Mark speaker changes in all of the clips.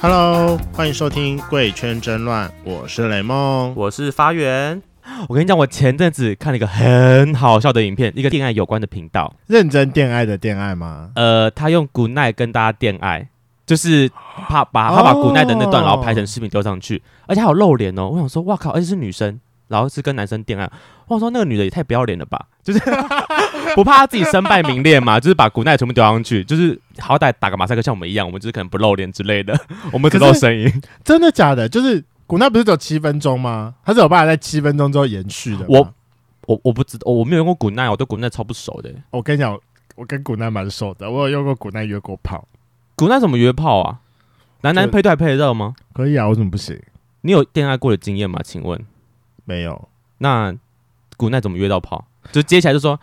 Speaker 1: Hello，欢迎收听《贵圈争乱》，我是雷梦。
Speaker 2: 我是发源，
Speaker 3: 我跟你讲，我前阵子看了一个很好笑的影片，一个恋爱有关的频道。
Speaker 1: 认真恋爱的恋爱吗？
Speaker 3: 呃，他用 Good night 跟大家恋爱，就是怕把他把
Speaker 1: 哦
Speaker 3: Good night 的那段，然后拍成视频丢上去，而且还有露脸哦。我想说，哇靠，而且是女生，然后是跟男生恋爱。我想说，那个女的也太不要脸了吧， 就是不怕她自己身败名裂嘛，就是把 Good night 全部丢上去，就是好歹打个马赛克，像我们一样，我们就是可能不露脸之类的，我们只
Speaker 1: 可
Speaker 3: 露
Speaker 1: 是
Speaker 3: 声音。
Speaker 1: 真的假的？就是古奈不是只有七分钟吗？他是有办法在七分钟之后延续的吗。
Speaker 3: 我我我不知道，我我没有用过 Good night，我对 Good night 超不熟的。
Speaker 1: 我跟你讲，我跟古奈蛮熟的，我有用过古奈约过炮，
Speaker 3: Good night 怎么约炮啊？男男
Speaker 1: 就
Speaker 3: 配对还配得到吗？
Speaker 1: 可以啊，为什么不行？
Speaker 3: 你有恋爱过的经验吗？请问，
Speaker 1: 没有，
Speaker 3: 那古奈怎么约到炮？就接起来就说，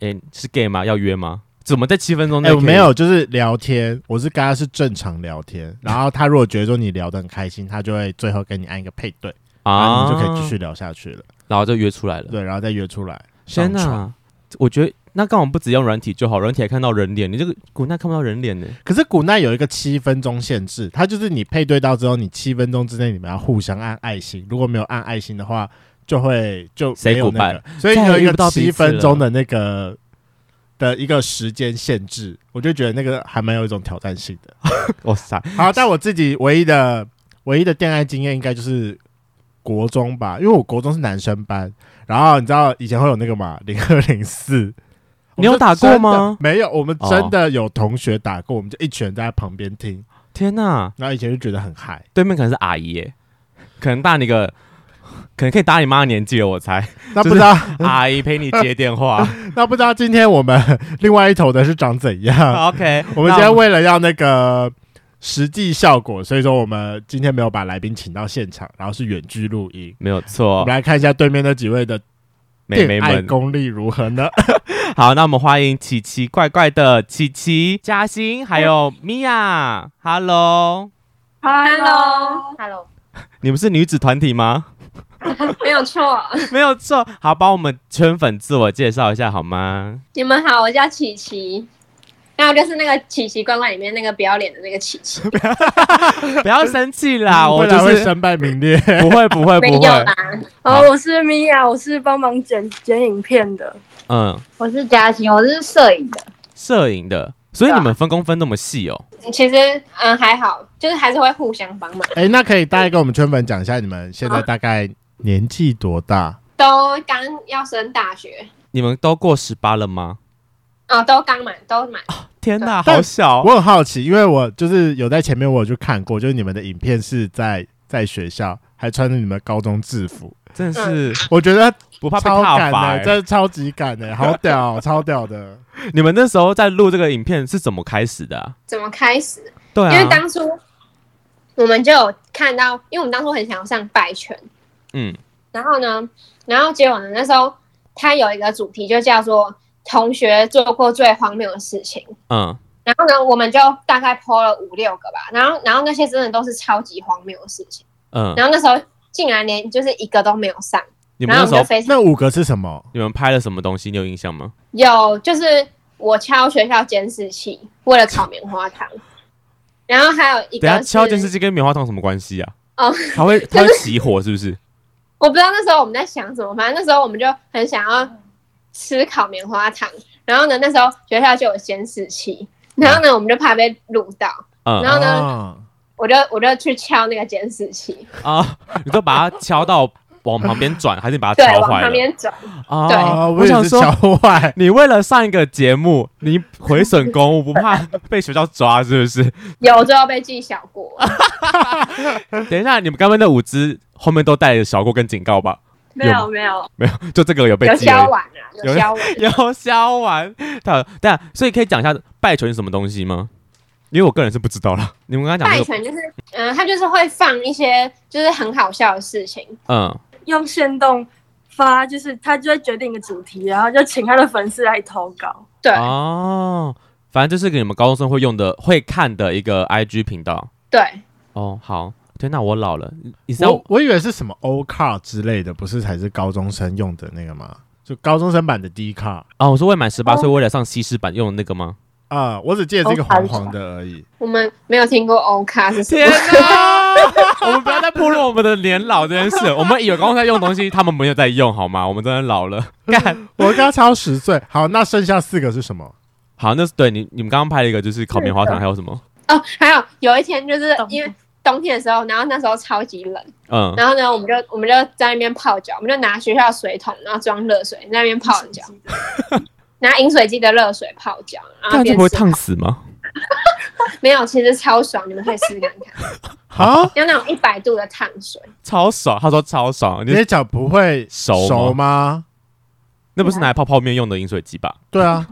Speaker 3: 诶，是 gay 吗？要约吗？怎么在七分钟内
Speaker 1: 哎、
Speaker 3: 可以？
Speaker 1: 我没有，就是聊天，我是跟他是正常聊天，然后他如果觉得说你聊得很开心，他就会最后跟你按一个配对，然后
Speaker 3: 啊，
Speaker 1: 你们就可以继，续聊下去了，
Speaker 3: 然后就约出来了。
Speaker 1: 对，然后再约出来。
Speaker 3: 天
Speaker 1: 上床
Speaker 3: 哪，我觉得那干嘛不只用软体就好？软体还看到人脸，你这个古奈看不到人 脸呢、
Speaker 1: 可是古奈有一个七分钟限制，它就是你配对到之后，你七分钟之内你们要互相按爱心，如果没有按爱心的话，就会就没有那个，所
Speaker 3: Say
Speaker 1: 以你有
Speaker 3: 再
Speaker 1: 一
Speaker 3: 也遇
Speaker 1: 个
Speaker 3: 不到彼此
Speaker 1: 七
Speaker 3: 了
Speaker 1: 分钟的那个的一个时间限制，我就觉得那个还蛮有一种挑战性的。
Speaker 3: 哇塞，
Speaker 1: 好，但我自己唯一的唯一的恋爱经验应该就是国中吧，因为我国中是男生班，然后你知道以前会有那个嘛零二零四。
Speaker 3: 你有
Speaker 1: 我们
Speaker 3: 打过
Speaker 1: 真的
Speaker 3: 吗
Speaker 1: 没有，我们
Speaker 3: 哦
Speaker 1: 真的有同学打过，我们就一群人在旁边听，
Speaker 3: 天哪，
Speaker 1: 然后以前就觉得很嗨。
Speaker 3: 对面可能是阿姨、耶，可能大你个，可能可以打你妈的年纪了，我 猜。
Speaker 1: 那
Speaker 3: 就是
Speaker 1: 不知道，
Speaker 3: 阿姨陪你接 电话
Speaker 1: 那不知道今天我们 另外一头的是长怎样？
Speaker 3: ，OK，
Speaker 1: 我们今
Speaker 3: 那
Speaker 1: 天为了要那个实际效果，所以说我们今天没有把来宾请到现场，然后是远距录音。
Speaker 3: 没有
Speaker 1: 我
Speaker 3: 错
Speaker 1: 们，来看一下对面那几位的
Speaker 3: 哦妹妹
Speaker 1: 恋爱
Speaker 3: 们。
Speaker 1: 功力如何呢？
Speaker 3: 好，那我们欢迎奇奇怪怪的琪琪、嘉欣，还有米娅。Hello，
Speaker 4: Hello，
Speaker 5: Hello，
Speaker 3: 你们是女子团体吗？
Speaker 4: 没有错。
Speaker 3: 没有错。好，帮我们圈粉自我介绍一下好吗？
Speaker 4: 你们好，我叫琪琪，那我就是那个《奇奇怪怪》里面那个不要脸的那个琪琪，
Speaker 3: 不要生气啦，我
Speaker 1: 未
Speaker 3: 就
Speaker 1: 来会
Speaker 3: 是
Speaker 1: 身败名 裂。
Speaker 3: 不会不会
Speaker 4: 没
Speaker 3: 不
Speaker 4: 有
Speaker 3: 会。
Speaker 4: 啦。
Speaker 3: 好
Speaker 6: 哦，我是米娅，我是帮忙剪剪影片的。
Speaker 3: 嗯，
Speaker 5: 我是嘉欣，我是摄影的。
Speaker 3: 摄影的，所以你们分工分那么细哦。
Speaker 4: 其实嗯还好，就是还是会互相帮忙。
Speaker 1: 哎、那可以大概跟我们圈粉讲一下，你们现在大概年纪多大？
Speaker 4: 都刚要升大学
Speaker 5: 啊
Speaker 3: 你们都过十八了吗？
Speaker 4: 啊、都刚满，都满。
Speaker 3: 天哪，
Speaker 1: 但
Speaker 3: 好小。啊
Speaker 1: 我很好奇，因为我就是有在前面我有去看过，就是你们的影片是在在学校，还穿着你们高中制服，
Speaker 3: 真的是
Speaker 5: 嗯
Speaker 1: 我觉得
Speaker 3: 不怕被
Speaker 1: 超
Speaker 3: 踏
Speaker 1: 感的、
Speaker 3: 伐欸、
Speaker 1: 真的超级感 的、好屌，超屌的。
Speaker 3: 你们那时候在录这个影片是怎么开始的、啊？
Speaker 4: 怎么开始？
Speaker 3: 对
Speaker 4: 因为
Speaker 3: 啊，
Speaker 4: 当初我们就有看到，因为我们当初很想要上拜拳，
Speaker 3: 嗯，
Speaker 4: 然后呢，然后结果呢，那时候他有一个主题就叫做同学做过最荒谬的事情。
Speaker 3: 嗯，
Speaker 4: 然后呢，我们就大概剖了五六个吧，然后然后那些真的都是超级荒谬的事情，
Speaker 3: 嗯，
Speaker 4: 然后那时候竟然连就是一个都没有上，
Speaker 3: 你们
Speaker 4: 然后
Speaker 3: 那时候
Speaker 4: 我们就非常
Speaker 1: 那五个是什么？
Speaker 3: 你们拍了什么东西？你有印象吗？
Speaker 4: 有就是我敲学校监视器为了烤棉花糖，然后还有
Speaker 3: 等
Speaker 4: 一
Speaker 3: 一
Speaker 4: 个
Speaker 3: 下，
Speaker 4: 是
Speaker 3: 敲监视器跟棉花糖什么关系啊？
Speaker 4: 哦，
Speaker 3: 它会它会起火是不是？
Speaker 4: 我不知道那时候我们在想什么，反正那时候我们就很想要吃烤棉花糖，然后呢那时候学校就有监视器，然后呢我们就怕被录到，
Speaker 3: 嗯
Speaker 4: 然后呢
Speaker 1: 啊
Speaker 4: 我就我就去敲那个监视器，
Speaker 3: 啊，你都把它敲到往旁边转，还是你把它
Speaker 4: 对，
Speaker 3: 敲
Speaker 4: 往
Speaker 3: 坏
Speaker 4: 旁
Speaker 3: 了？
Speaker 4: 边转。
Speaker 3: 啊
Speaker 4: 对
Speaker 1: 啊，
Speaker 3: 我
Speaker 1: 也
Speaker 3: 想
Speaker 1: 是
Speaker 3: 说
Speaker 1: 小，坏。
Speaker 3: 你为了上一个节目，你毁损公务，不怕被学校抓是不 是？
Speaker 4: 有最后被记小过，
Speaker 3: 啊等一下，你们刚刚那五只后面都带着小过跟警告吧？
Speaker 6: 没有没有，
Speaker 3: 没有，就这个有被
Speaker 4: 有
Speaker 3: 记而
Speaker 4: 消
Speaker 3: 已
Speaker 4: 完啊，
Speaker 3: 有
Speaker 4: 有消完。
Speaker 3: 有消完。对，对啊，所以可以讲一下拜权是什么东西吗？因为我个人是不知道了。你们刚刚讲
Speaker 4: 拜
Speaker 3: 那个，
Speaker 4: 犬就是，嗯、他就是会放一些就是很好笑的事情，
Speaker 3: 嗯，
Speaker 6: 用线动发，就是他就会决定一个主题，然后就请他的粉丝来投稿。
Speaker 4: 对、
Speaker 3: 哦，反正就是给你们高中生会用的、会看的一个 IG 频道。
Speaker 4: 对，
Speaker 3: 哦，好，天哪，我老了。你 你知道
Speaker 1: 我我以为是什么 O car 之类的，不是才是高中生用的那个吗？就高中生版的 D car
Speaker 3: 哦啊？我是未满十八岁为了上西施版用的那个吗？
Speaker 1: 啊、我只记得这个黄黄的而已。
Speaker 4: 我们没有听过欧卡是什
Speaker 3: 天
Speaker 4: 么，
Speaker 3: 哪！ 我们不要再暴露我们的年老这件事。我们有刚刚在用东西，他们没有在用，好吗？我们真的老了。干，
Speaker 1: 我刚超十岁，好，那剩下四个是什么？
Speaker 3: 好，那是对你，你们刚刚拍了一个，就是烤棉花糖，还有什么？
Speaker 4: 哦，还有有一天就是
Speaker 6: 懂
Speaker 4: 因为冬天的时候，然后那时候超级冷，
Speaker 3: 嗯，
Speaker 4: 然后呢，我们就我们就在那边泡脚，我们就拿学校的水桶，然后装热水，在那边泡脚，拿饮水机的热水泡脚，然后
Speaker 3: 但这
Speaker 4: 边
Speaker 3: 啊不会
Speaker 4: 吃
Speaker 3: 烫死吗？
Speaker 4: 没有，其实超爽，你们可以试看看，
Speaker 1: 啊，
Speaker 4: 用那种一百度的烫 水，
Speaker 3: 超爽，他说超爽，
Speaker 1: 你
Speaker 3: 你
Speaker 1: 的脚不会
Speaker 3: 熟吗
Speaker 1: 熟吗？
Speaker 3: 那不是拿来泡泡面用的饮水机吧
Speaker 1: 对啊，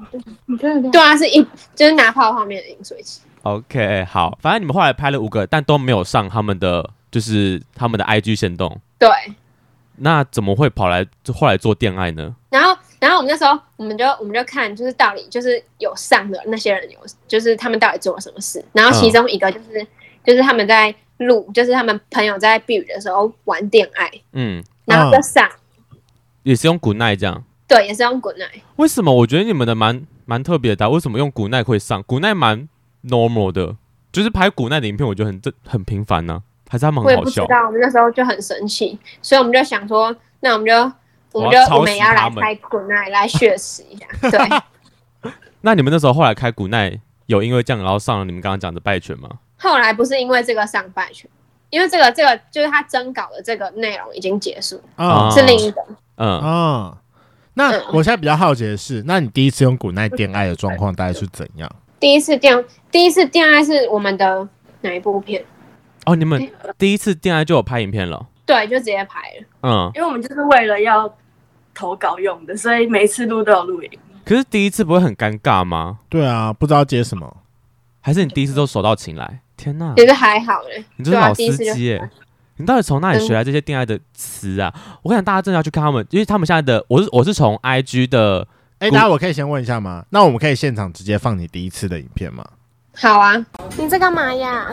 Speaker 5: 你真的
Speaker 4: 对啊，是一就是拿泡泡面的饮水机，
Speaker 3: ？OK，好，反正你们后来拍了五个，但都没有上他们的，就是他们的 IG 行动。
Speaker 4: 对。
Speaker 3: 那怎么会跑来就后来做恋爱呢？
Speaker 4: 然后，然后我们那时候，我们就我们就看，就是到底就是有上的那些人有，就是他们到底做了什么事。然后其中一个就是、就是他们在录，就是他们朋友在避雨的时候玩恋爱，
Speaker 3: 嗯，
Speaker 4: 然后就上，
Speaker 3: 也是用 Good night 这样。
Speaker 4: 对，也是用滚奶，
Speaker 3: 为什么？我觉得你们的蛮蛮特别的啊、为什么用古奈会上？古奈蛮 normal 的，就是拍古奈的影片，我觉得很正很平凡呢、还是他们
Speaker 4: 我
Speaker 3: 很
Speaker 4: 也
Speaker 3: 好
Speaker 4: 不知
Speaker 3: 笑？
Speaker 4: 道。我们那时候就很生气，所以我们就想说，那我们就我们就
Speaker 3: 我要抄袭
Speaker 4: 我们也要
Speaker 3: 他
Speaker 4: 来
Speaker 3: 们
Speaker 4: 拍滚奶来血耻一下，对，
Speaker 3: 那你们那时候后来开古奈，有因为这样然后上了你们刚刚讲的拜犬吗？
Speaker 4: 后来不是因为这个上版权，因为这个这个就是他征稿的这个内容已经结束，
Speaker 1: 啊
Speaker 3: 哦
Speaker 4: 是另一个。嗯
Speaker 3: 嗯，
Speaker 1: 啊。那我现在比较好奇的是，那你第一次用古奈恋爱的状况大概是怎样？
Speaker 4: 第一次恋，第一次恋爱是我们的哪一部片？
Speaker 3: 哦，你们第一次恋爱就有拍影片了，
Speaker 4: 对，就直接拍了。
Speaker 3: 嗯，
Speaker 6: 因为我们就是为了要投稿用的，所以每一次录都有录影。
Speaker 3: 可是第一次不会很尴尬吗？
Speaker 1: 对啊，不知道接什么。
Speaker 3: 还是你第一次都手到擒来？天呐，
Speaker 4: 其实还好嘞，
Speaker 3: 你真
Speaker 4: 啊对
Speaker 3: 是
Speaker 4: 啊，
Speaker 3: 老
Speaker 4: 第一
Speaker 3: 司
Speaker 4: 次就
Speaker 3: 机耶、你到底从哪里学来这些恋爱的词啊？我跟你讲，大家真的要去看他们，因为他们现在的我是我是从 IG 的
Speaker 1: 哎、
Speaker 3: 古
Speaker 1: 大家我可以先问一下吗？那我们可以现场直接放你第一次的影片吗？
Speaker 4: 好啊。你在干嘛呀？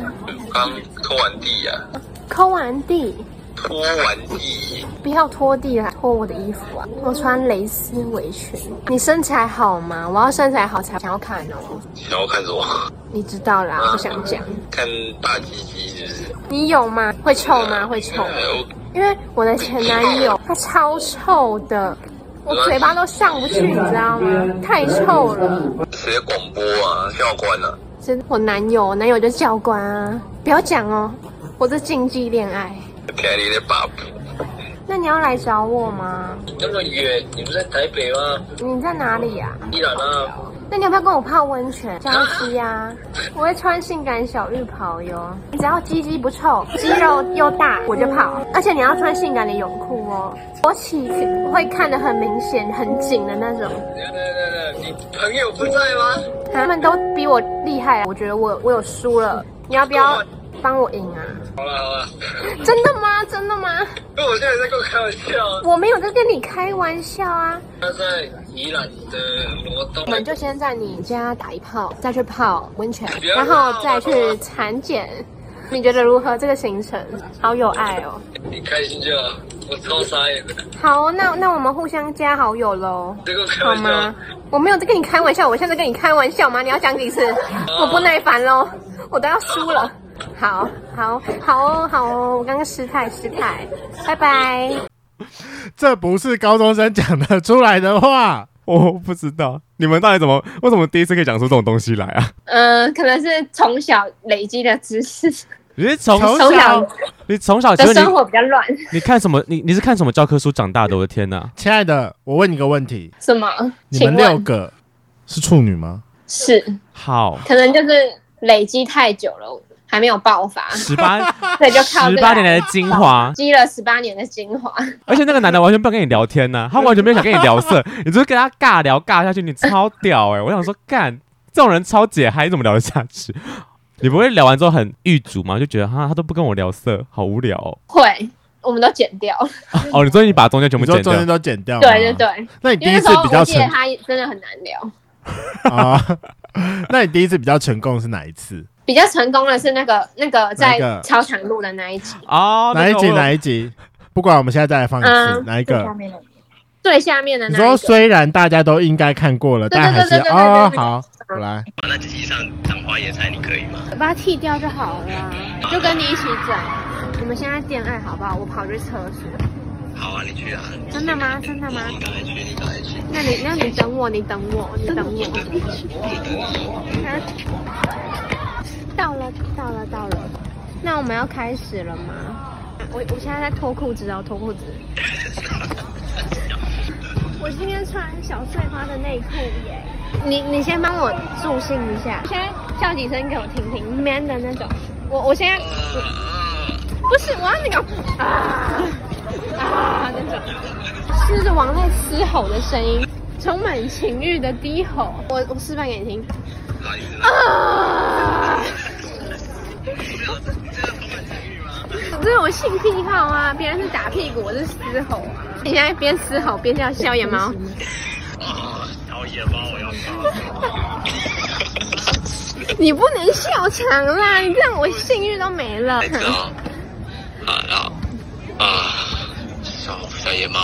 Speaker 2: 刚拖完地呀、
Speaker 4: 抠完地，
Speaker 2: 拖完地，
Speaker 4: 不要拖地啦，拖我的衣服啊！我穿蕾丝围裙。你身材好吗？我要身材好才想要看哦。
Speaker 2: 想要看什么？
Speaker 4: 你知道啦，不想讲。
Speaker 2: 看大鸡鸡是不是？呃
Speaker 4: 你有吗？会臭吗？会臭吗？
Speaker 2: 我
Speaker 4: 因为我的前男友他超臭的，我嘴巴都上不去，你知道吗？太臭了。
Speaker 2: 直接广播啊，教官啊，
Speaker 7: 是我男友，我男友就是教官啊，不要讲哦，我这禁忌恋爱。
Speaker 2: 给你的 buff。
Speaker 7: 那你要来找我吗？
Speaker 2: 那么远，你不在台北吗？
Speaker 7: 你在哪里啊？
Speaker 2: 依然啊，
Speaker 7: 那你要不要跟我泡温泉、江西啊？我会穿性感小浴袍哟，只要鸡鸡不臭，肌肉 又大，我就泡。而且你要穿性感的泳裤哦，勃起会看得很明显、很紧的那种。
Speaker 2: 等等等等，你朋友不在吗？
Speaker 7: 他们都比我厉害，我觉得我我有输了。你要不要帮我赢啊？
Speaker 2: 好了好了，
Speaker 7: 真的吗？真的吗？
Speaker 2: 那 我现在在跟我开玩笑啊。
Speaker 7: 我没有在跟你开玩笑啊！
Speaker 2: 他在宜兰的罗东
Speaker 7: 我，们就先在你家打一炮，再去泡温泉
Speaker 2: 不，要
Speaker 7: 然后再去产检。你觉得如何？这个行程好有爱哦。
Speaker 2: 你开心就好。我超傻眼的，
Speaker 7: 好，那那我们互相加好友喽，
Speaker 2: 在跟我开
Speaker 7: 好
Speaker 2: 玩笑
Speaker 7: 吗。？我没有在跟你开玩笑，我现在跟你开玩笑吗？你要讲几次？我不耐烦喽，我都要输了。好好好哦，好哦，我刚刚失态失态，拜拜。
Speaker 1: 这不是高中生讲得出来的话。
Speaker 3: 我不知道你们到底怎么，为什么第一次可以讲出这种东西来啊？
Speaker 4: 嗯，可能是从小累积的知识，
Speaker 3: 你是从
Speaker 1: 从
Speaker 4: 从小
Speaker 3: 你从小
Speaker 4: 的
Speaker 3: 啊就是
Speaker 4: 生
Speaker 3: 你
Speaker 4: 活比较乱。
Speaker 3: 你看什么？你你是看什么教科书长大的？我的天哪！
Speaker 1: 亲爱的，我问你个问题：
Speaker 4: 什么？
Speaker 1: 你们
Speaker 4: 请
Speaker 1: 六
Speaker 4: 问
Speaker 1: 个是处女吗？
Speaker 4: 是
Speaker 3: 好，
Speaker 4: 可能就是累积太久了，还没有 爆发，
Speaker 3: 十八
Speaker 4: 所以就靠
Speaker 3: 十
Speaker 4: 这个
Speaker 3: 八年来的精华，
Speaker 4: 积了十八年的精华。
Speaker 3: 而且那个男的完全不想跟你聊天 呢、他完全没有想跟你聊色， 你就是跟他尬聊尬下去，你超屌哎、我想说，干这种人超解嗨，你怎么聊得下去？ 你不会聊完之后很郁卒吗？就觉得哈，他都不跟我聊色，好无 聊哦。
Speaker 4: 会，我们都剪掉。
Speaker 3: 哦，你最近把中间全部
Speaker 1: 你说
Speaker 3: 剪
Speaker 1: 中
Speaker 3: 掉
Speaker 1: 间，都剪掉吗？
Speaker 4: 对对对，
Speaker 1: 那你
Speaker 4: 因
Speaker 1: 第
Speaker 4: 为
Speaker 1: 一
Speaker 4: 那时
Speaker 1: 次
Speaker 4: 候
Speaker 1: 比较
Speaker 4: 我记
Speaker 1: 成
Speaker 4: 得他真的很难聊。
Speaker 1: 啊？ 那你第一次比较成功是哪一次？
Speaker 4: 比较成功的是那个那个
Speaker 1: 哪一
Speaker 4: 在
Speaker 1: 个
Speaker 4: 操场录的那一集，
Speaker 3: 哦，
Speaker 1: 哪一集？哪
Speaker 3: 一
Speaker 1: 一集？不管，我们现在再来放一次，
Speaker 4: 嗯
Speaker 1: 哪一
Speaker 5: 最下
Speaker 1: 个？
Speaker 5: 面的
Speaker 4: 最下面的
Speaker 1: 你
Speaker 4: 那
Speaker 1: 说
Speaker 4: 一个。
Speaker 1: 虽然大家都应该看过了，
Speaker 4: 对对
Speaker 1: 但还
Speaker 4: 对
Speaker 1: 是
Speaker 4: 对对对
Speaker 1: 哦
Speaker 4: 对
Speaker 1: 好，我来，
Speaker 2: 把那几集上当花椰菜，你可以吗？
Speaker 4: 把它剃掉就好了啊，就跟你一起整。我们现在恋爱好不好？我跑去厕所。
Speaker 2: 好啊，你去啊。你
Speaker 4: 真的吗？真的吗？
Speaker 2: 你赶快去，你赶快去。
Speaker 4: 那你那你等我，你等我，你等我。到了，到了，到了。那我们要开始了吗？我我现在在脱裤子哦，脱 裤子。我今天穿小碎花的内裤耶。你你先帮我助兴一下，现在叫几声给我听听，man 的那种。我我现在不是我要那个啊啊那种，是着往外嘶吼的声音，充满情欲的低吼。我我示范给你听。啊！这是我性癖好啊，别人是打屁股，我是嘶吼啊。你现在边嘶吼边叫笑野猫，
Speaker 2: 好野猫，我要
Speaker 4: 你不能笑场啦，你这样我性欲都没了。
Speaker 2: 好，好，然后啊，小小野猫，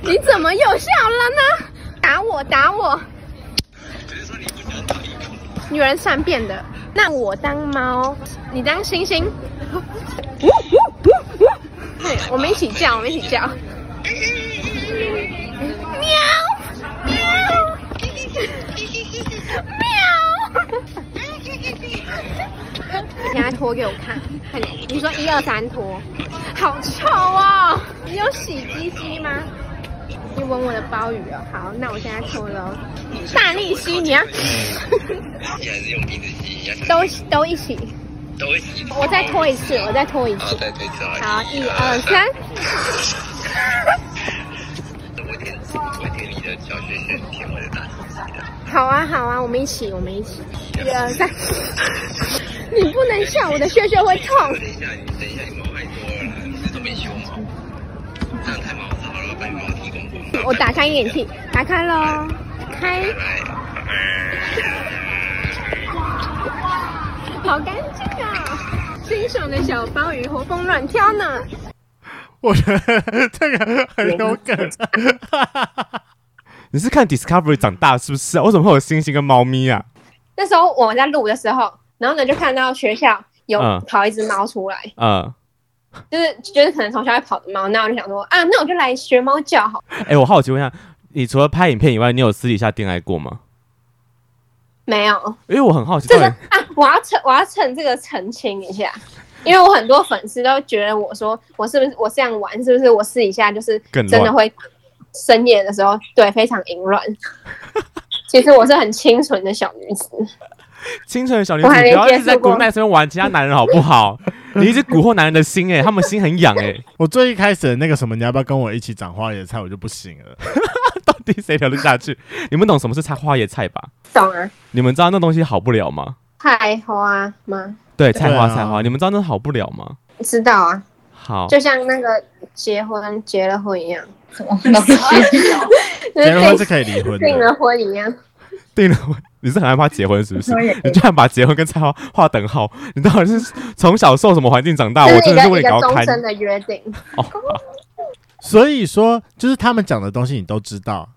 Speaker 4: 你怎么有笑了呢？打我，打我！女人善变的，那我当猫，你当星星。对，我们一起叫，我们一起叫。喵喵喵！你来脱给我看，快点！你说一二三脱，好臭哦！你有洗鸡鸡吗？你闻我的鲍鱼哦。好，那我现在脱了哦。大力吸，你要啊
Speaker 2: 嗯你还是用鼻子吸，你要
Speaker 4: 都都一起，
Speaker 2: 都会吸。
Speaker 4: 我再拖一次，我再拖一
Speaker 2: 好，
Speaker 4: 次。
Speaker 2: 再推车。
Speaker 4: 好，一二。三。
Speaker 2: 我点，我点你的小学生，舔我的大鸡鸡的。
Speaker 4: 好啊，好啊，我们一起，我们一起，一二三。你不能笑，我的穴穴会痛。
Speaker 2: 等一下，你等一下，你毛太多了，你是都没修毛，这样太毛躁了，我把你毛剃光光。
Speaker 4: 我打开眼睛，打开喽，开，
Speaker 2: 来，
Speaker 4: 好干净啊！清爽的小鲍鱼活蹦乱跳呢。
Speaker 1: 我觉得这个很有梗。
Speaker 3: 你是看 Discovery 长大是不是啊？为什么会有猩猩跟猫咪啊？
Speaker 8: 那时候我们在录的时候，然后呢就看到学校有
Speaker 3: 嗯
Speaker 8: 跑一只猫出来，
Speaker 3: 嗯，
Speaker 8: 就是就是可能从小会跑的猫，那我就想说啊，那我就来学猫叫好了。
Speaker 3: 哎、我好奇问一下，你除了拍影片以外，你有私底下恋爱过吗？
Speaker 8: 没有，
Speaker 3: 因为我很好奇，
Speaker 8: 这
Speaker 3: 到
Speaker 8: 个
Speaker 3: 底
Speaker 8: 啊，我要趁我要趁这个澄清一下，因为我很多粉丝都觉得我说我是不是我这样玩，是不是我私底下就是
Speaker 3: 更乱
Speaker 8: 真的会深夜的时候对非常淫乱。 其实我是很清纯的小女子，
Speaker 3: 清纯的小女子，
Speaker 8: 我还
Speaker 3: 不
Speaker 8: 没
Speaker 3: 要一直
Speaker 8: 接
Speaker 3: 在
Speaker 8: 触过
Speaker 3: 古奈身边玩其他男人好 不好？你一直蛊惑男人的心、哎，他们心很痒、哎，
Speaker 1: 我最一开始的那个什么，你要不要跟我一起长花野菜，我就不行 了。
Speaker 3: 到底谁聊得下去？你们懂什么是菜花椰菜吧？
Speaker 8: 懂啊？
Speaker 3: 你们知道那东西好不了吗？
Speaker 8: 菜花吗？
Speaker 3: 对，菜花
Speaker 1: 对啊
Speaker 3: 菜花，你们知道那好不了吗？
Speaker 8: 知道啊，
Speaker 3: 好，
Speaker 8: 就像那个结婚结了婚一样，
Speaker 9: 什么东西？
Speaker 8: 就是
Speaker 1: 结了婚是
Speaker 8: 订
Speaker 1: 可以离婚
Speaker 8: 订
Speaker 1: 的，
Speaker 8: 了婚一样。
Speaker 3: 定了 婚，你是很害怕结婚是不是
Speaker 9: 我也？
Speaker 3: 你居然把结婚跟菜花划等号，你到底是从小受什么环境长大？
Speaker 8: 就
Speaker 3: 啊我
Speaker 8: 是
Speaker 3: 真
Speaker 8: 一
Speaker 3: 的是
Speaker 8: 个
Speaker 3: 为
Speaker 8: 一
Speaker 3: 你
Speaker 8: 个
Speaker 3: 搞
Speaker 8: 终
Speaker 3: 看
Speaker 8: 身的约定，
Speaker 3: 哦。好
Speaker 1: 所以说就是他们讲的东西你都知道。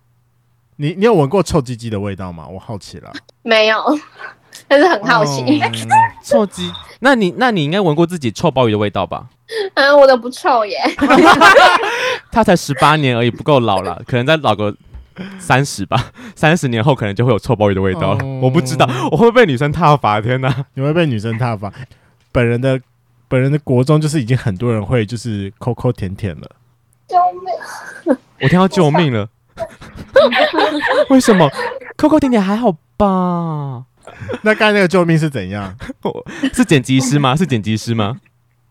Speaker 1: 你你有闻过臭鸡鸡的味道吗？我好奇了，
Speaker 8: 没有， 但是很好奇。
Speaker 3: 哦
Speaker 1: 嗯
Speaker 3: 臭鸡，那你那你应该闻过自己臭鲍鱼的味道吧？
Speaker 8: 嗯，我的不臭耶，
Speaker 3: 他才十八年而已，不够老了，可能再老个三十吧。三十年后可能就会有臭鲍鱼的味道了。
Speaker 1: 哦
Speaker 3: 我不知道，我会被女生踏伐。天哪！
Speaker 1: 你会被女生踏伐。本人的本人的国中就是已经很多人会就是抠抠舔舔了，
Speaker 3: 我听到救命了。为什么？Coco 甜甜还好吧？
Speaker 1: 那刚才那个救命是怎样？
Speaker 3: 是剪辑师吗？是剪辑师吗？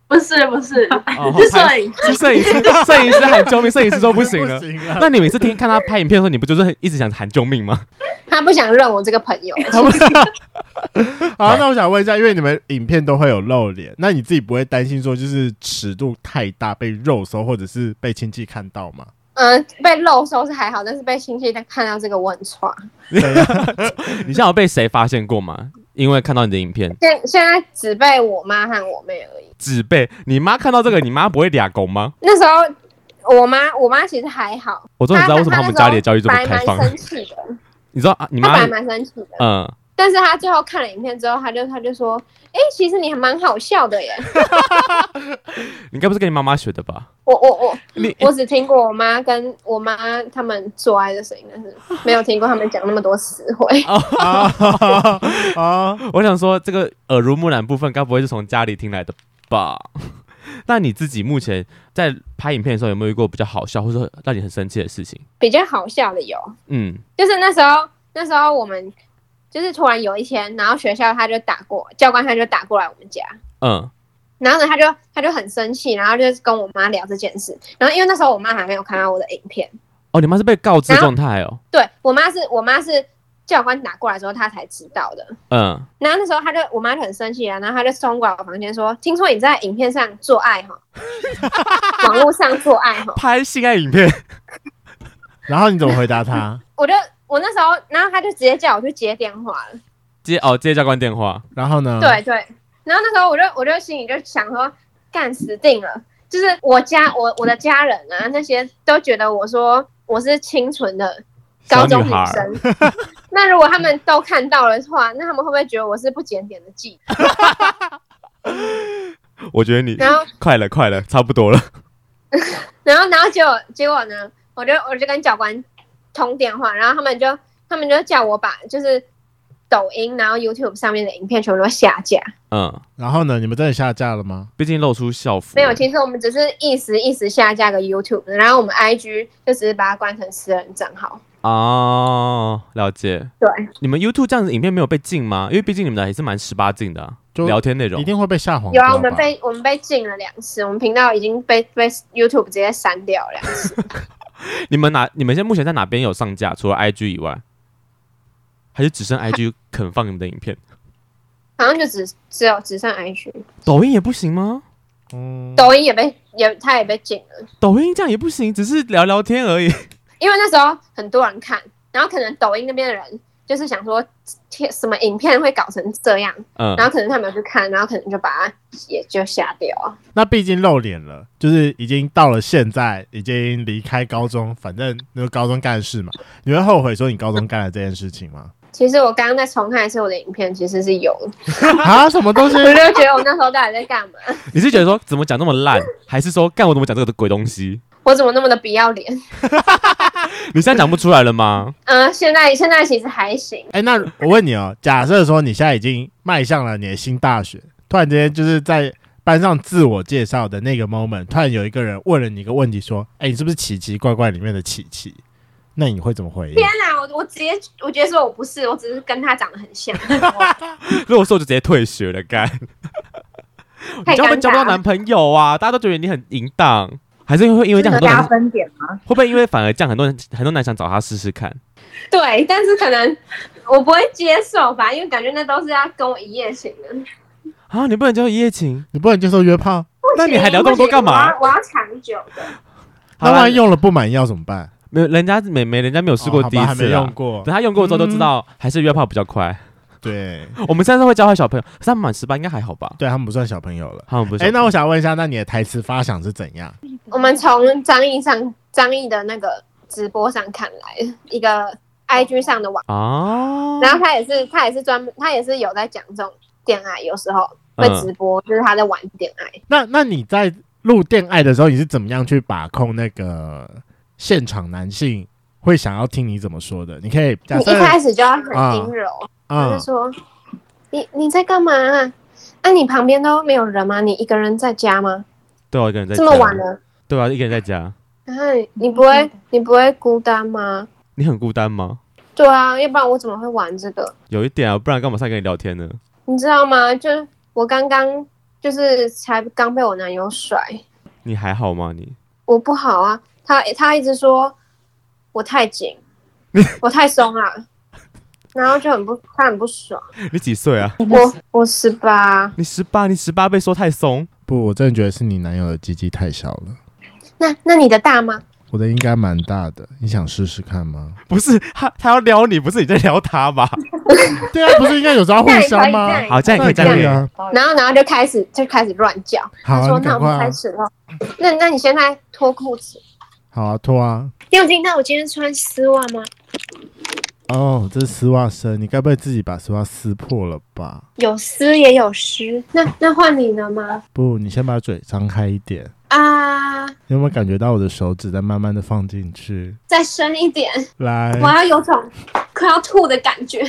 Speaker 6: 不是不 是，
Speaker 3: 哦
Speaker 6: 是摄影。
Speaker 3: 是摄影师，摄影师喊救命，摄影师 说不行啊 了
Speaker 1: 不。行啊了，
Speaker 3: 那你每次听看他拍影片的时候，你不就是一直想喊救命吗？
Speaker 8: 他不想认我这个朋友。
Speaker 1: 好，那我想问一下，因为你们影片都会有露脸，那你自己不会担心说就是尺度太大被肉搜或者是被亲戚看到 吗？
Speaker 8: 嗯，被漏收是还好，但是被亲戚看到这个我很抓。
Speaker 3: 你像有被谁发现过吗？因为看到你的影 片，
Speaker 8: 现现在只被我妈和我妹而已。
Speaker 3: 只被你妈看到这个，你妈不会俩狗吗？
Speaker 8: 那时候我妈，我妈其实还好。
Speaker 3: 我终于知道为什么他们家里的教育这么
Speaker 8: 她
Speaker 3: 开
Speaker 8: 她
Speaker 3: 放
Speaker 8: 蛮蛮生气的，
Speaker 3: 你知道啊，你
Speaker 4: 他
Speaker 3: 妈
Speaker 4: 本来
Speaker 3: 也，
Speaker 4: 蛮生气的，
Speaker 3: 嗯，
Speaker 4: 但是他最后看了影片之后，他就他就说，哎、其实你还蛮好笑的耶。
Speaker 3: 你该不是跟你妈妈学的 吧？
Speaker 4: 我我我
Speaker 3: 你
Speaker 4: 我只听过我妈跟我妈他们做爱的声音，但是没有听过他们讲那么多词汇。
Speaker 1: 啊啊！
Speaker 3: 我想说，这个耳濡目染部分，该不会是从家里听来的吧？那你自己目前在拍影片的时候，有没有遇过比较好笑，或者说让你很生气的事情？
Speaker 4: 比较好笑的有，
Speaker 3: 嗯，
Speaker 4: 就是那时候那时候我们就是突然有一天，然后学校他就打过教官他就打过来我们家，
Speaker 3: 嗯，
Speaker 4: 然后呢，他就他就很生气，然后就是跟我妈聊这件事。然后因为那时候我妈还没有看到我的影片，
Speaker 3: 哦，你妈是被告知状态哦，
Speaker 4: 对我妈是我妈是教官打过来之后她才知道的。
Speaker 3: 嗯，
Speaker 4: 然后那时候她就我妈就很生气啊，然后她就冲过来我房间说：“听说你在影片上做爱哈， 网络上做爱哈。
Speaker 3: 拍性爱影片，
Speaker 1: 然后你怎么回答 他？”
Speaker 4: 我就我那时候，然后她就直接叫我去接电话了。
Speaker 3: 接哦接教官电话，
Speaker 1: 然后
Speaker 3: 嗯
Speaker 1: 呢？
Speaker 4: 对对，然后那时候我就我就心里就想说，干死定了，就是我家我我的家人啊那些都觉得我说我是清纯的高中女
Speaker 3: 小孩儿
Speaker 4: 生。 那如果他们都看到了的话，那他们会不会觉得我是不检点的妓？
Speaker 3: 我觉得你
Speaker 4: 然后，
Speaker 3: 快了快了，差不多了，
Speaker 4: 然后，然后结果结果呢，我就我就跟教官通电话，然后他们就他们就叫我把就是抖音然后 YouTube 上面的影片全部都下架。
Speaker 3: 嗯，
Speaker 1: 然后呢？你们真的下架了吗？
Speaker 3: 毕竟露出校服，
Speaker 4: 没有，其实我们只是一时一时下架个 YouTube，然后我们 IG 就只是把它关成私人账号。
Speaker 3: 哦，了解。
Speaker 4: 对，
Speaker 3: 你们 YouTube 这样子影片没有被禁吗？因为毕竟你们的还是蛮十八禁的啊、
Speaker 1: 就
Speaker 3: 聊天内容
Speaker 1: 一。定会被下黄
Speaker 4: 有
Speaker 1: 标
Speaker 4: 啊，
Speaker 1: 吧
Speaker 4: 我们被我们被禁了两次，我们频道已经被被 YouTube 直接删掉了两次。
Speaker 3: 你们哪？你们现在目前在哪边有上架？除了 IG 以外，还是只剩 IG 肯放你们的影片？
Speaker 4: 好像就只只有只剩 IG，
Speaker 3: 抖音也不行吗？
Speaker 1: 嗯，
Speaker 4: 抖音也被也它也被禁了，
Speaker 3: 抖音这样也不行，只是聊聊天而已。
Speaker 4: 因为那时候很多人看，然后可能抖音那边的人就是想说，天什么影片会搞成这样，
Speaker 3: 嗯
Speaker 4: 然，后可能他们有去看，然后可能就把它也就下掉啊。
Speaker 1: 那毕竟露脸了，就是已经到了现在，已经离开高中，反正那个高中干的事嘛。你会后悔说你高中干了这件事情 吗？
Speaker 4: 其实我刚刚在重看一次我的影片，其实是有的，
Speaker 1: 啊，什么东西？
Speaker 4: 我就觉得我那时候到底在干嘛？
Speaker 3: 你是觉得说怎么讲那么烂，还是说干我怎么讲这个鬼东西？
Speaker 4: 我怎么那么的不要脸？
Speaker 3: 你现在讲不出来了吗？
Speaker 4: 嗯、现在现在其实还行，
Speaker 1: 哎、那我问你哦，假设说你现在已经迈向了你的新大学，突然之间就是在班上自我介绍的那个 moment，突然有一个人问了你一个问题，说：“哎、你是不是奇奇怪怪里面的奇奇？”那你会怎么回应
Speaker 4: 天？哪！我我直接我直接说我不是，我只是跟他长得很 像，
Speaker 3: 如果说我就直接退学了，干。你
Speaker 4: 太
Speaker 3: 交不
Speaker 4: 尴
Speaker 3: 交不到
Speaker 4: 尬
Speaker 3: 男
Speaker 4: 了。
Speaker 3: 朋友啊？大家都觉得你很淫荡，还是因为会因为这样很多人
Speaker 5: 加
Speaker 3: 会
Speaker 5: 分点吗？
Speaker 3: 不会因为反而这样很多人很多男想找他试试看？
Speaker 4: 对，但是可能我不会接受吧，因为感觉那都是要跟我一夜情的。
Speaker 3: 啊，你不能叫一夜情，
Speaker 1: 你不能接受约炮，
Speaker 3: 那你还聊这么多干嘛
Speaker 4: 不行我要我要长久的，
Speaker 1: 那
Speaker 3: 好啦
Speaker 1: 万一用了不满意要怎么办？
Speaker 3: 没有人家没没人家没有试过
Speaker 1: 哦好吧
Speaker 3: 第一
Speaker 1: 还
Speaker 3: 次
Speaker 1: 没用
Speaker 3: 啊。
Speaker 1: 过嗯
Speaker 3: 等。他用过之后都知道，还是约炮比较快。
Speaker 1: 对，
Speaker 3: 我们现在会教坏小朋友，可是他们满十八应该还好吧？
Speaker 1: 对他们不算小朋友了。
Speaker 3: 他们不是
Speaker 1: 哎、
Speaker 3: 小朋友。
Speaker 1: 那我想问一下，那你的台词发想是怎样？
Speaker 4: 我们从张译上张译的那个直播上看来，一个 IG 上的网。
Speaker 3: 啊，
Speaker 4: 然后他也是，他也是专门，他也是有在讲这种恋爱，有时候
Speaker 3: 嗯
Speaker 4: 会直播，就是他在玩恋爱。
Speaker 1: 那那你在录恋爱的时候，你是怎么样去把控那个现场男性会想要听你怎么说的？你可以假
Speaker 4: 你
Speaker 1: 设
Speaker 4: 一开始就要很
Speaker 1: 啊
Speaker 4: 阴柔，他
Speaker 1: 嗯
Speaker 4: 就说：“你你在干嘛、啊？那、你旁边都没有人吗？你一个人在家吗？
Speaker 3: 对啊，一个人在
Speaker 4: 这么
Speaker 3: 家嗯
Speaker 4: 晚，了，
Speaker 3: 对啊，一个人在家，
Speaker 4: 然后你你不会你不会孤单吗？
Speaker 3: 你很孤单吗？
Speaker 4: 对啊，要不然我怎么会玩这个？
Speaker 3: 有一点啊，不然干嘛上来跟你聊天呢？
Speaker 4: 你知道吗？就是我刚刚就是才刚被我男友甩，
Speaker 3: 你还好吗？你
Speaker 4: 我不好啊。他他一直说我太 紧，我太松了，然后就很不他很不爽。
Speaker 3: 你几岁啊？
Speaker 4: 我我十八，
Speaker 3: 你十八，你十八被说太松，
Speaker 1: 不，我真的觉得是你男友的鸡鸡太小了，
Speaker 4: 那那你的大吗？
Speaker 1: 我的应该蛮大的，你想试试看吗？
Speaker 3: 不是他他要撩你，不是你在撩他吧？
Speaker 1: 对啊，不是应该有时候互相吗？
Speaker 4: 那也可以
Speaker 3: 好，这样也可以这
Speaker 1: 那
Speaker 3: 样
Speaker 1: 也
Speaker 3: 也
Speaker 1: 可以啊，
Speaker 4: 然后然后就开始就开始乱叫，
Speaker 1: 好啊
Speaker 4: 他说
Speaker 1: 你
Speaker 4: 那
Speaker 1: 赶
Speaker 4: 我
Speaker 1: 快啊
Speaker 4: 们开始了。那那你现在脱裤子？
Speaker 1: 好啊，脱啊，
Speaker 4: 你有听到我今天穿丝袜吗？
Speaker 1: 哦，这是丝袜声，你该不会自己把丝袜撕破了吧？
Speaker 4: 有湿也有湿。那那换你了吗？
Speaker 1: 不，你先把嘴张开一点。
Speaker 4: 啊，
Speaker 1: 你有没有感觉到我的手指在慢慢的放进去？
Speaker 4: 再深一点，
Speaker 1: 来，
Speaker 4: 我要有种快要吐的感 觉。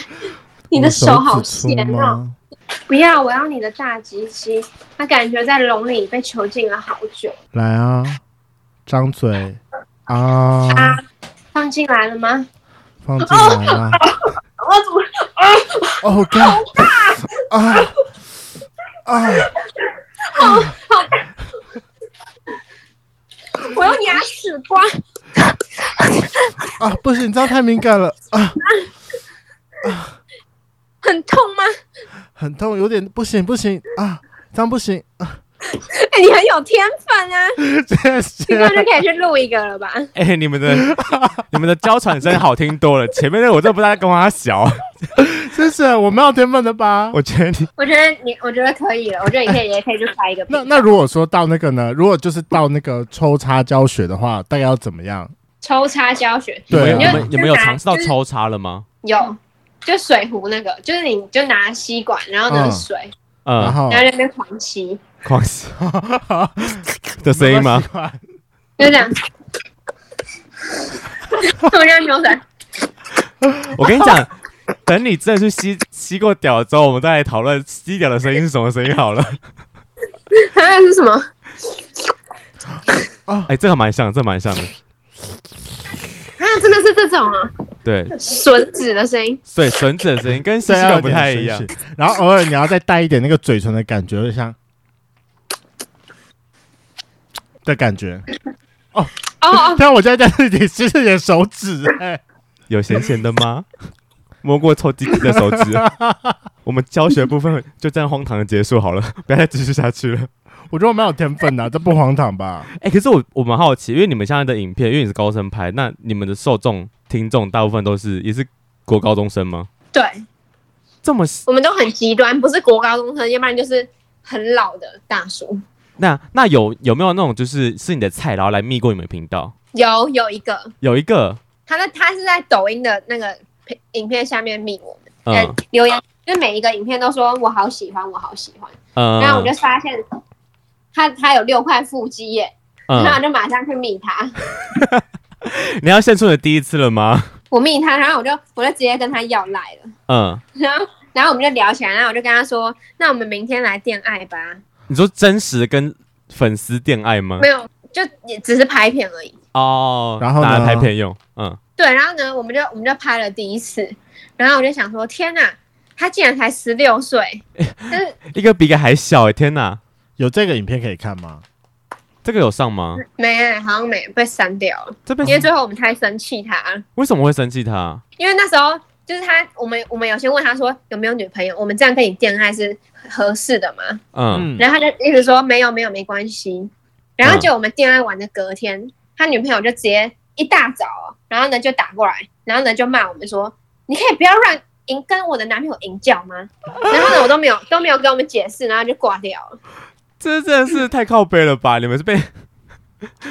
Speaker 4: 你的
Speaker 1: 我
Speaker 4: 手好
Speaker 1: 指粗
Speaker 4: 咸哦！
Speaker 1: 吗？
Speaker 4: 不要，我要你的大鸡鸡。它感觉在笼里被囚禁了好久。
Speaker 1: 来啊，张嘴啊，
Speaker 4: 啊，放进来了吗？
Speaker 1: 放进来啊！
Speaker 4: 我怎么？啊
Speaker 1: 哦，干啊啊！
Speaker 4: 我用牙齿刮。
Speaker 1: 啊，不行，你这样太敏感了啊，
Speaker 4: 很痛吗？
Speaker 1: 很痛，有点不行不行啊，这样不行啊，
Speaker 4: 哎、你很有天分啊！
Speaker 1: 谢
Speaker 4: 这样就
Speaker 1: 谢。
Speaker 4: 可以去录一个了吧？
Speaker 3: 哎、你们的你们的娇喘声好听多了，前面那个我真的不知道在跟他小，
Speaker 1: 谢谢，我蛮有天分的吧？
Speaker 3: 我觉得你
Speaker 4: 我觉得你，我觉得可以了。我觉得你可以，也可以去开一个频道。
Speaker 1: 那那如果说到那个呢，如果就是到那个抽插教学的话，大概要怎么样？
Speaker 4: 抽插教学
Speaker 1: 对啊
Speaker 3: 你
Speaker 4: 你就
Speaker 3: 们你们有
Speaker 4: 就拿
Speaker 3: 尝试到
Speaker 4: 就是
Speaker 3: 抽插了吗？
Speaker 4: 有，就水壶那个，就是你就拿吸管，然后
Speaker 1: 嗯
Speaker 4: 呢水，
Speaker 1: 然
Speaker 3: 嗯，
Speaker 1: 后
Speaker 4: 然后在那边狂吸，
Speaker 3: 狂喜 的声音吗？？
Speaker 4: 就这 样。我这样扭转，
Speaker 3: 我跟你讲，等你真的去吸吸过屌之后，我们再来讨论吸屌的声音是什么声音好了。
Speaker 4: 那啊是什么？
Speaker 3: 哎、这个蛮像，这个蛮像的。
Speaker 4: 啊，真的是这种啊，
Speaker 3: 对，
Speaker 4: 吮指的声音。
Speaker 3: 对，吮指的声音跟吸
Speaker 1: 对，
Speaker 3: 吸
Speaker 1: 要有
Speaker 3: 管不
Speaker 1: 点
Speaker 3: 太
Speaker 1: 绅
Speaker 3: 一样
Speaker 1: 士。。然后偶尔你要再带一点那个嘴唇的感觉，就 像的感觉。
Speaker 4: 哦哦，
Speaker 1: 但我现在在这里其实也手指哎、
Speaker 3: 有咸咸的吗？摸过抽鸡鸡的手 指。我们教学部分就这样荒唐的结束好了，不要再继续下去了。
Speaker 1: 我觉得我蛮有天分的、啊这不荒唐吧？
Speaker 3: 哎、可是我我蛮好奇，因为你们现在的影片，因为你是高生拍，那你们的受众听众大部分都是也是国高中生吗？
Speaker 4: 对，
Speaker 3: 这么
Speaker 4: 我们都很极端，不是国高中生，要不然就是很老的大叔。
Speaker 3: 那那有有没有那种就是是你的菜，然后来密过你们频道？
Speaker 4: 有有一个，
Speaker 3: 有一个，
Speaker 4: 他在他是在抖音的那个片影片下面密我们，
Speaker 3: 嗯
Speaker 4: 呃，留言，就每一个影片都说我好喜欢，我好喜欢。
Speaker 3: 嗯，
Speaker 4: 然后我就发现他他有六块腹肌耶，然后
Speaker 3: 嗯，
Speaker 4: 我就马上去密他，
Speaker 3: 你要献出你的第一次了吗？
Speaker 4: 我密他，然后我就我就直接跟他要来了，
Speaker 3: 嗯，
Speaker 4: 然后然后我们就聊起来，然后我就跟他说，那我们明天来恋爱吧，
Speaker 3: 你说真实跟粉丝恋爱吗
Speaker 4: 没？有，就也只是拍片而已。
Speaker 3: 哦，
Speaker 1: 然后呢
Speaker 3: 拿来拍片用，嗯，
Speaker 4: 对，然后呢，我们就我们就拍了第一次，然后我就想说，天哪，他竟然才十六岁，但是
Speaker 3: 一个比一个还小哎、天哪，
Speaker 1: 有这个影片可以看吗？
Speaker 3: 这个有上吗？
Speaker 4: 没好像没被删掉了，
Speaker 3: 这边
Speaker 4: 嗯因为最后我们太生气他了。
Speaker 3: 为什么会生气他？
Speaker 4: 因为那时候就是他，我们我们有先问他说有没有女朋友，我们这样跟你恋爱是合适的吗？
Speaker 3: 嗯，
Speaker 1: 嗯，
Speaker 4: 然后他就一直说没有没有没关系。然后
Speaker 3: 嗯
Speaker 4: 就我们恋爱完的隔天，他女朋友就直接一大早哦，然后呢就打过来，然后呢就骂我们说你可以不要乱营跟我的男朋友营叫吗？然后呢我都没有都没有跟我们解释，然后就挂掉了。
Speaker 3: 这真的是太靠背 了吧？你们是被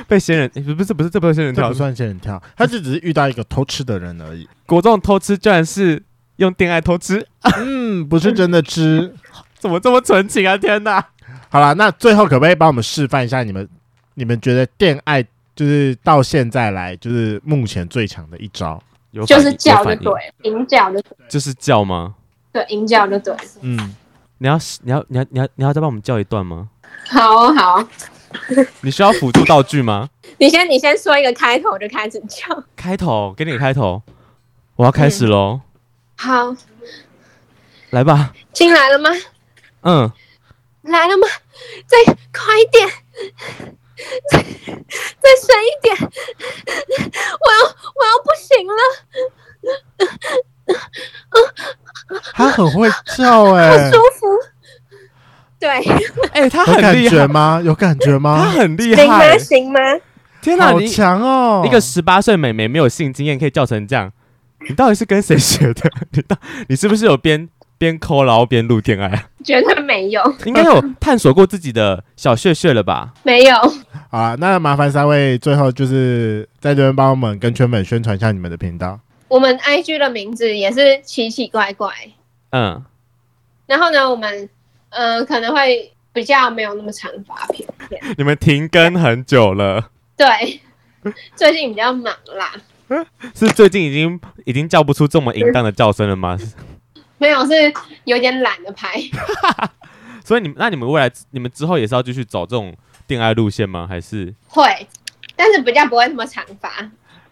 Speaker 3: 被仙人、诶不是不是这不是仙人
Speaker 1: 这
Speaker 3: 跳
Speaker 1: 不，算仙人跳，他就只是遇到一个偷吃的人而已。
Speaker 3: 国中偷吃居然是用恋爱偷吃，
Speaker 1: 嗯，不是真的吃。
Speaker 3: 怎么这么纯情啊？天哪！
Speaker 1: 好了，那最后可不可以帮我们示范一下你们你们觉得恋爱就是到现在来就是目前最强的一招？
Speaker 3: 有
Speaker 4: 就
Speaker 3: 反
Speaker 4: 是
Speaker 3: 应
Speaker 4: 叫
Speaker 3: 有
Speaker 4: 就
Speaker 3: 反应
Speaker 4: 对了，营叫就对了，
Speaker 3: 就是叫吗？
Speaker 4: 对，营叫就对了。
Speaker 1: 嗯，
Speaker 3: 你要你要你要你要你要再帮我们叫一段吗？
Speaker 4: 好哦好哦，
Speaker 3: 你需要辅助道具吗？
Speaker 4: 你先你先说一个开头，我就开始叫。
Speaker 3: 开头给你个开头，我要开
Speaker 4: 嗯
Speaker 3: 始喽，
Speaker 4: 好，
Speaker 3: 来吧，
Speaker 4: 进来了吗？
Speaker 3: 嗯，
Speaker 4: 来了吗？再快一点，再再深一点，我要我要不行了，
Speaker 1: 他很会叫 哎、
Speaker 4: 舒服。对，
Speaker 3: 哎、
Speaker 1: 有
Speaker 3: 他很
Speaker 1: 感
Speaker 3: 厉
Speaker 1: 觉
Speaker 3: 害，
Speaker 1: 吗？有感觉
Speaker 3: 他
Speaker 1: 吗？
Speaker 3: 很厉
Speaker 4: 行
Speaker 3: 害
Speaker 4: 吗？，行吗？
Speaker 3: 天哪，
Speaker 1: 好
Speaker 3: 你
Speaker 1: 强哦！
Speaker 3: 一个十八岁妹妹没有性经验可以叫成这样，你到底是跟谁学的？ 你到你是不是有边边抠然后边录恋爱 啊？
Speaker 4: 绝对没有，
Speaker 3: 应该有探索过自己的小穴穴了吧？
Speaker 4: 没有。
Speaker 1: 好啦，那麻烦三位最后就是在这边帮我们跟圈粉宣传一下你们的频道。
Speaker 4: 我们 IG 的名字也是奇奇怪怪，
Speaker 3: 嗯，
Speaker 4: 然后呢，我们呃可能会比较没有那么常发片，
Speaker 3: 你们停更很久了，
Speaker 4: 对，最近比较忙啦，
Speaker 3: 是最近已经已经叫不出这么淫荡的叫声了 吗？
Speaker 4: 没有是有点懒得拍，
Speaker 3: 所以你们那你们未来你们之后也是要继续走这种恋爱路线吗？还是
Speaker 4: 会，但是比较不会那么常发，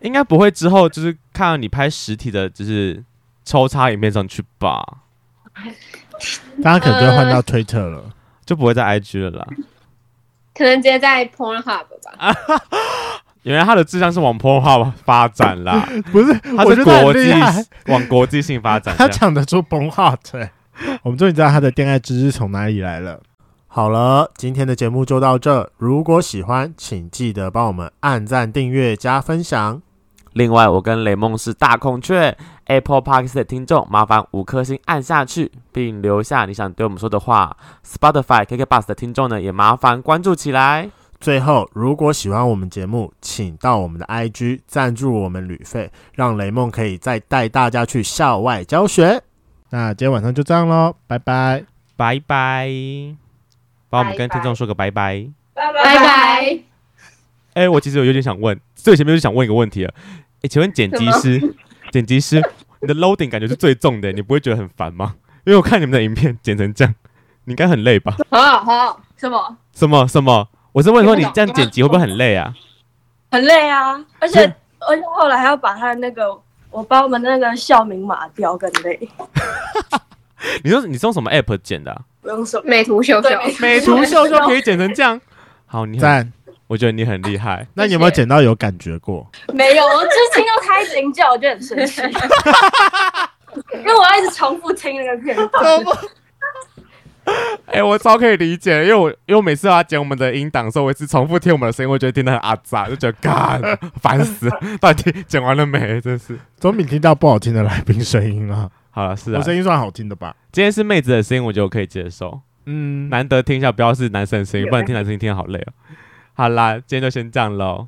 Speaker 3: 应该不会之后就是看到你拍实体的，就是抽插影片上去吧，
Speaker 1: 大家可能就会换到推特了。
Speaker 3: 就不会在 IG 了啦。
Speaker 4: 可能直接在 Pornhub 吧，
Speaker 3: 原来他的志向是往 p o 化发展 啦，
Speaker 1: 不是，
Speaker 3: 他
Speaker 1: 我觉
Speaker 3: 是
Speaker 1: 得很
Speaker 3: 国
Speaker 1: 厉
Speaker 3: 际
Speaker 1: 害
Speaker 3: 往国际性发展这
Speaker 1: 他
Speaker 3: 样。
Speaker 1: 讲得出 b o n h a r t 我们终于知道他的恋爱知识从哪里来了。好了，今天的节目就到这。如果喜欢，请记得帮我们按赞、订阅、加分享。
Speaker 3: 另外，我跟雷梦是大孔雀 Apple Park 的听众，麻烦五颗星按下去，并留下你想对我们说的话。Spotify KK Bus 的听众呢，也麻烦关注起来。
Speaker 1: 最后，如果喜欢我们节目，请到我们的 IG 赞助我们旅费，让雷梦可以再带大家去校外教学。那今天晚上就这样喽，拜拜。
Speaker 3: 拜拜，帮我们跟
Speaker 4: 拜拜
Speaker 3: 听众说个拜拜。
Speaker 6: 拜
Speaker 4: 拜拜。
Speaker 3: 哎、我其实有有点想问，最前面就想问一个问题了。哎、请问剪辑师，剪辑师，你的 loading 感觉是最重的，你不会觉得很烦吗？因为我看你们的影片剪成这样，你应该很累吧？
Speaker 4: 好好好，
Speaker 6: 什么？
Speaker 3: 什么什么？我是问说你这样剪辑会不会很累啊？
Speaker 6: 很累啊，而且
Speaker 3: 是
Speaker 6: 而且后来还要把他的那个，我把我们那个校名码掉，更累。
Speaker 3: 你说你是用什么 app 剪的啊、
Speaker 6: 不用什么，
Speaker 4: 美图秀秀，
Speaker 6: 对美图
Speaker 3: 美图秀秀可以剪成这样，好，你很，
Speaker 1: 赞。
Speaker 3: 我觉得你很厉害。
Speaker 1: 那你有没有捡到有感觉过？
Speaker 6: 没有，我就是听到他一直吟叫，我就很生气，因为我要一直重复听那个片段。
Speaker 3: 哎、我超可以理解，因为我因为我每次要剪我们的音档的时候，我一直重复听我们的声音，我觉得听得很阿杂，就觉得干 烦死了，到底剪完了没？真是。
Speaker 1: 总比听到不好听的来宾声音啊，
Speaker 3: 好了，是啊
Speaker 1: 我，声音算好听的吧？
Speaker 3: 今天是妹子的声音，我觉得我可以接受，
Speaker 1: 嗯，
Speaker 3: 难得听一下，不要是男生的声音，不然听男生声音听得好累哦。好啦，今天就先这样喽，